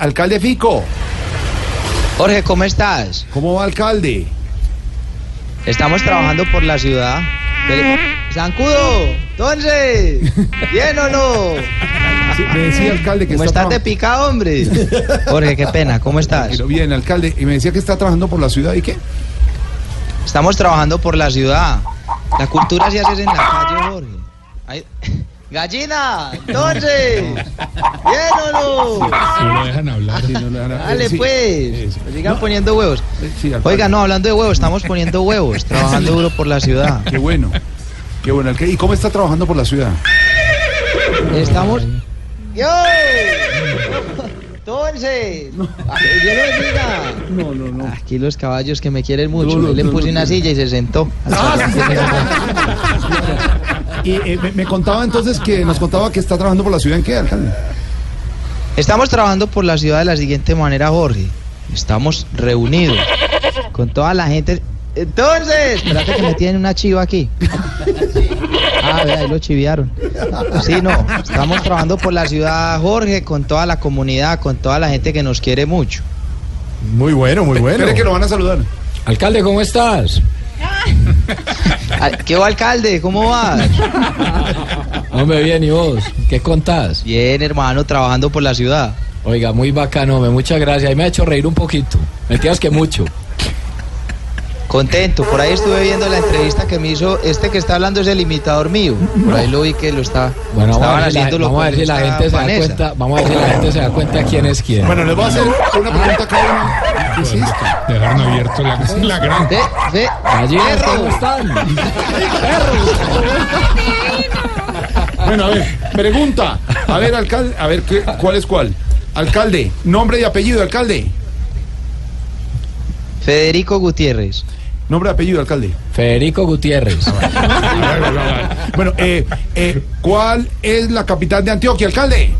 Alcalde Fico, Jorge, ¿cómo estás? ¿cómo va alcalde? Estamos trabajando por la ciudad. Pero- ¡Zancudo! Entonces, ¿bien o no? Sí, me decía alcalde que ¿Cómo está estás de traba- pica, hombre? Jorge, qué pena, ¿cómo estás? Pero bien, alcalde, y me decía que está trabajando por la ciudad y qué? Estamos trabajando por la ciudad. La cultura se hace en la calle, Jorge. Ay, ¡Gallina! Entonces, ¿bien o no? No lo dejan hablar. Ah, Sí, no, no, no, Dale, sí, pues. sí. Sigan No, poniendo huevos. eh, sí, alcalde. Oiga, no, hablando de huevos, estamos poniendo huevos, trabajando duro por la ciudad. Qué bueno. Qué bueno, alcalde. ¿Y cómo está trabajando por la ciudad? Estamos. ¡Yo! Entonces, ay, Ah, yo lo diga. No, no, no. Aquí los caballos que me quieren mucho. No, no, Yo le no, puse no, Ah, una no. silla y se sentó. Y eh, me, me contaba entonces que nos contaba que está trabajando por la ciudad en qué, alcalde. Estamos trabajando por la ciudad de la siguiente manera, Jorge. Estamos reunidos con toda la gente. Entonces, espérate que me tienen una chiva aquí. Ah, vea, ahí lo chiviaron. Sí, no, estamos trabajando por la ciudad, Jorge, con toda la comunidad, con toda la gente que nos quiere mucho. Muy bueno, muy bueno. Espere que lo van a saludar. Alcalde, ¿cómo estás? Al- ¿Qué va, alcalde? ¿Cómo vas? Hombre, bien, ¿y vos? ¿Qué contás? Bien, hermano, trabajando por la ciudad. Oiga, muy bacano, hombre, muchas gracias. Ahí me ha hecho reír un poquito. Mentiras que mucho. Contento, por ahí estuve viendo la entrevista que me hizo este que está hablando es el imitador mío. Por ahí lo vi que lo está. Bueno, vamos estaban a ver si la, haciéndolo vamos a con ver si la esta gente se da Vanessa. cuenta. Vamos a ver si la gente se da cuenta quién es quién. Bueno, les voy a hacer una pregunta a cada uno. ¿Qué es esto? dejaron abierto la, gran. Ve, ve, Gallinas, perro. ¿cómo están? Bueno, a ver, pregunta. A ver, alcalde, a ver, ¿qué- ¿cuál es cuál? Alcalde, nombre y apellido, alcalde. Federico Gutiérrez. Nombre y apellido, alcalde. Federico Gutiérrez. Bueno, eh, eh, ¿cuál es la capital de Antioquia, alcalde?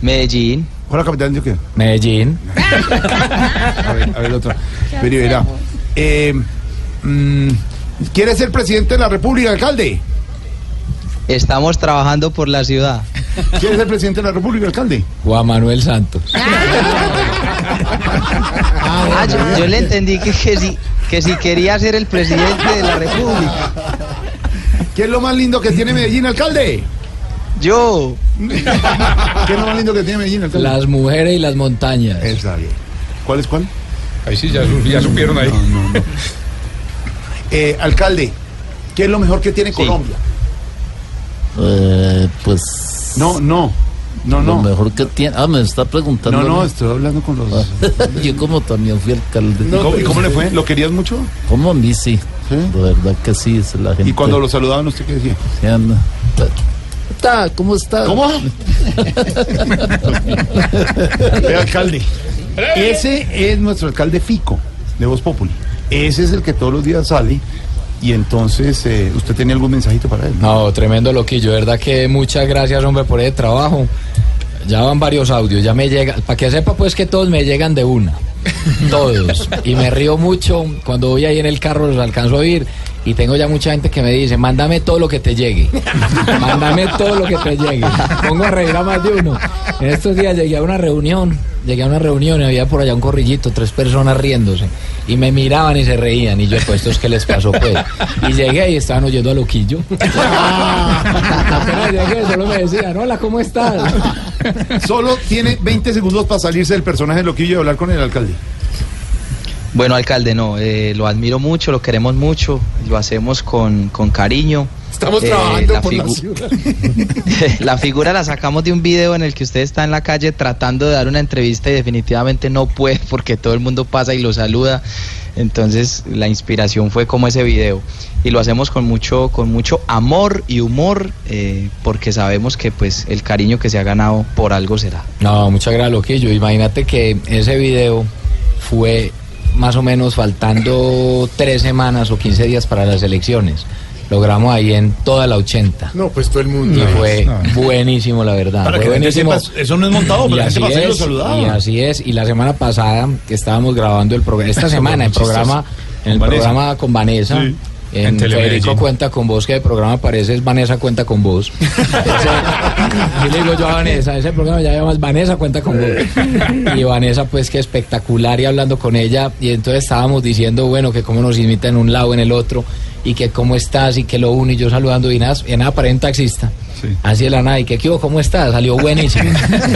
Medellín. ¿Cuál es la capital de Antioquia? Medellín. A ver, a ver, otra. Vení, verá. Eh, mm, ¿Quiere ser presidente de la República, alcalde? Estamos trabajando por la ciudad. ¿Quiere ser presidente de la República, alcalde? Juan Manuel Santos. Ah, yo, yo le entendí que, que si, que si quería ser el presidente de la República. ¿Qué es lo más lindo que tiene Medellín, alcalde? Yo. ¿Qué es lo más lindo que tiene Medellín, alcalde? Las mujeres y las montañas. Está bien. ¿Cuál es cuál? Ahí sí, ya, supieron ahí. Eh, alcalde, ¿qué es lo mejor que tiene Sí. Colombia? Eh, pues No, no, no, lo no. mejor que tiene. Ah, me está preguntando. No, no, a mí. estoy hablando con los... Yo como también fui alcalde. ¿Y cómo, y cómo le fue? ¿Lo querías mucho? Como a mí sí. De verdad que sí, es la gente. ¿Y cuando lo saludaban usted qué decía? se anda. Ta, ¿Cómo está? ¿Cómo? Ve, alcalde. Ese es nuestro alcalde Fico, de Voz Populi. Ese es el que todos los días sale. Y entonces, eh, ¿usted tenía algún mensajito para él? No, tremendo loquillo, verdad que muchas gracias, hombre, por ese trabajo. Ya van varios audios, ya me llega. Para que sepa, pues que todos me llegan de una. Todos. Y me río mucho. Cuando voy ahí en el carro los alcanzo a oír. Y tengo ya mucha gente que me dice, mándame todo lo que te llegue. Mándame todo lo que te llegue. Pongo a reír a más de uno. En estos días llegué a una reunión. Llegué a una reunión y había por allá un corrillito, tres personas riéndose. Y me miraban y se reían. Y yo, pues, ¿estos qué les pasó? Pues? Y llegué y estaban oyendo a Loquillo. Apenas llegué, solo me decían, hola, ¿cómo estás? Solo tiene 20 segundos para salirse del personaje loquillo y hablar con el alcalde. Bueno, alcalde, no, eh, lo admiro mucho, lo queremos mucho, lo hacemos con, con cariño. Estamos Eh, trabajando la por la figu- ciudad. La figura la sacamos de un video en el que usted está en la calle tratando de dar una entrevista y definitivamente no puede porque todo el mundo pasa y lo saluda. Entonces la inspiración fue como ese video y lo hacemos con mucho, con mucho amor y humor eh, porque sabemos que pues el cariño que se ha ganado por algo será. No, muchas gracias, Loquillo. Imagínate que ese video fue más o menos faltando tres semanas o 15 días para las elecciones. Lo grabamos ahí en toda la 80. No, pues todo el Y mundo. fue buenísimo, la verdad. Para fue que la gente buenísimo. sepa, eso no es montado, pero la gente pasó y lo saludaba. y así es. Y la semana pasada que estábamos grabando el programa, esta Eso semana fue muy el chistoso. programa, en el Con Vanessa. programa con Vanessa. Sí. En, En Federico Telemedellín. cuenta con vos, que el programa parece es Vanessa cuenta con vos. Ese- yo le digo yo a Vanessa, ese programa ya llamas Vanessa cuenta con vos. Y Vanessa, pues que espectacular y hablando con ella. Y entonces estábamos diciendo, bueno, que cómo nos imita en un lado, en el otro, y que cómo estás, y que lo uno, y yo saludando, y nada, y nada paré un taxista. Sí. Así de la nada, y que "¿Qué hubo? ¿cómo estás? Salió buenísimo.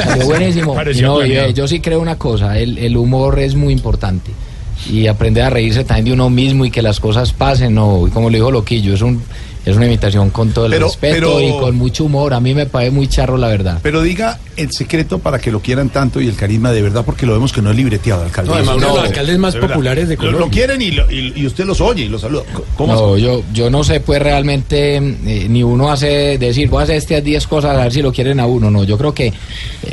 Salió buenísimo. Y Parecía no, y, planeado. eh, yo sí creo una cosa, el, el humor es muy importante. Y aprender a reírse también de uno mismo y que las cosas pasen, ¿no? Y como lo dijo Loquillo, es un es una imitación con todo el Pero- respeto pero- y con mucho humor. A mí me parece muy charro, la verdad. Pero diga el secreto para que lo quieran tanto y el carisma de verdad, porque lo vemos que no es libreteado, alcalde. No, además, uno de los No, alcaldes más verdad. populares de Lo- Lo, Colombia. quieren y, lo- y- y usted los oye y los saluda. ¿Cómo No, yo, yo no sé, pues realmente eh, ni uno hace decir, voy a hacer estas 10 cosas a ver si lo quieren a uno. No, yo creo que eh,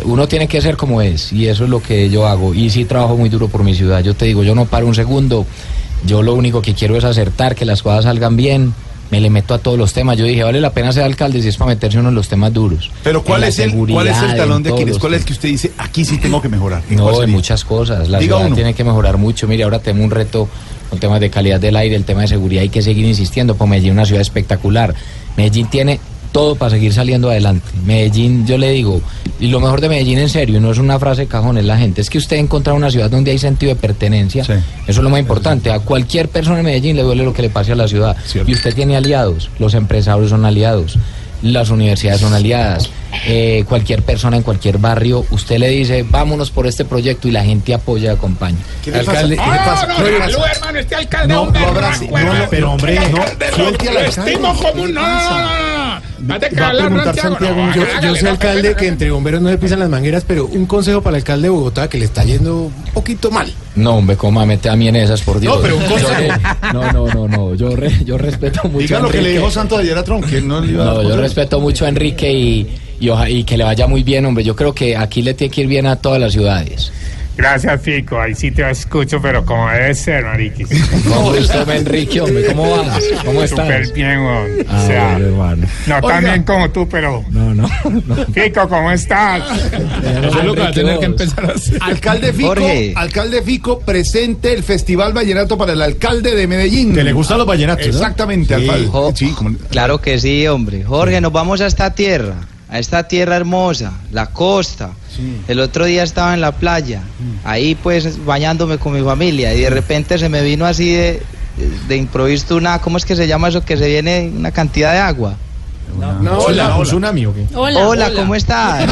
uno tiene que ser como es y eso es lo que yo hago. Y sí trabajo muy duro por mi ciudad. Yo te digo, yo no paro un segundo. Yo lo único que quiero es acertar, que las cosas salgan bien. Me le meto a todos los temas. Yo dije, vale la pena ser alcalde si es para meterse uno en los temas duros. Pero En ¿cuál la es, el, ¿cuál es seguridad, el en talón de todos Aquiles? los ¿Cuál es el temas. que usted dice, aquí sí tengo que mejorar? ¿En cuál No, de sería? muchas cosas. La Diga ciudad uno. tiene que mejorar mucho. Mire, ahora tenemos un reto con temas de calidad del aire, el tema de seguridad. Hay que seguir insistiendo, porque Medellín es una ciudad espectacular. Medellín tiene todo para seguir saliendo adelante. Medellín, yo le digo, y lo mejor de Medellín en serio, y no es una frase de cajón, es la gente. Es que usted encuentra una ciudad donde hay sentido de pertenencia. Sí. Eso es lo más importante. A cualquier persona en Medellín le duele lo que le pase a la ciudad. Cierto. Y usted tiene aliados, los empresarios son aliados, las universidades son aliadas. eh, cualquier persona en cualquier barrio, usted le dice, vámonos por este proyecto y la gente apoya, acompaña. ¿Qué le pasa? Alcalde, ¿Qué le pasa? ¿Qué le pasa? hermano, este alcalde No, no abrace. No, no, pero hombre, no. Suelte al alcalde. Va a preguntar Santiago, Yo, yo soy alcalde que entre bomberos no se pisan las mangueras, pero un consejo para el alcalde de Bogotá que le está yendo un poquito mal. No, hombre, coma, mete a mí en esas, por Dios. No, pero un Yo consejo. re- no, no, no, no, yo, re- yo respeto mucho Diga a lo que le Enrique. dijo Santos ayer a Trump, que no le iba a No, dar yo poder. respeto mucho a Enrique y, y, oja- y que le vaya muy bien, hombre. Yo creo que aquí le tiene que ir bien a todas las ciudades. Gracias, Fico. Ahí sí te escucho, pero como debe ser, Mariquis. ¿Cómo está Enrique, hombre? ¿Cómo vas? ¿Cómo Súper estás? bien, weón. O Ah, sea, bueno, hermano. no tan bien como tú, pero. No, no. Fico, ¿cómo estás? Eso es lo que va a tener que Enrique, vos. empezar a hacer. Alcalde Fico, Jorge. alcalde Fico, presente el Festival Vallenato para el alcalde de Medellín. Que le gustan los vallenatos, ¿no? Exactamente, Sí. alcalde. Jo- Sí, como- Claro que sí, hombre. Jorge, nos vamos a esta tierra, a esta tierra hermosa, la costa. El otro día estaba en la playa, Mm. ahí pues bañándome con mi familia y de repente se me vino así de, de improviso una, ¿cómo es que se llama eso? Que se viene una cantidad de agua. No, hola, un tsunami, ¿o qué? Hola, ¿cómo estás?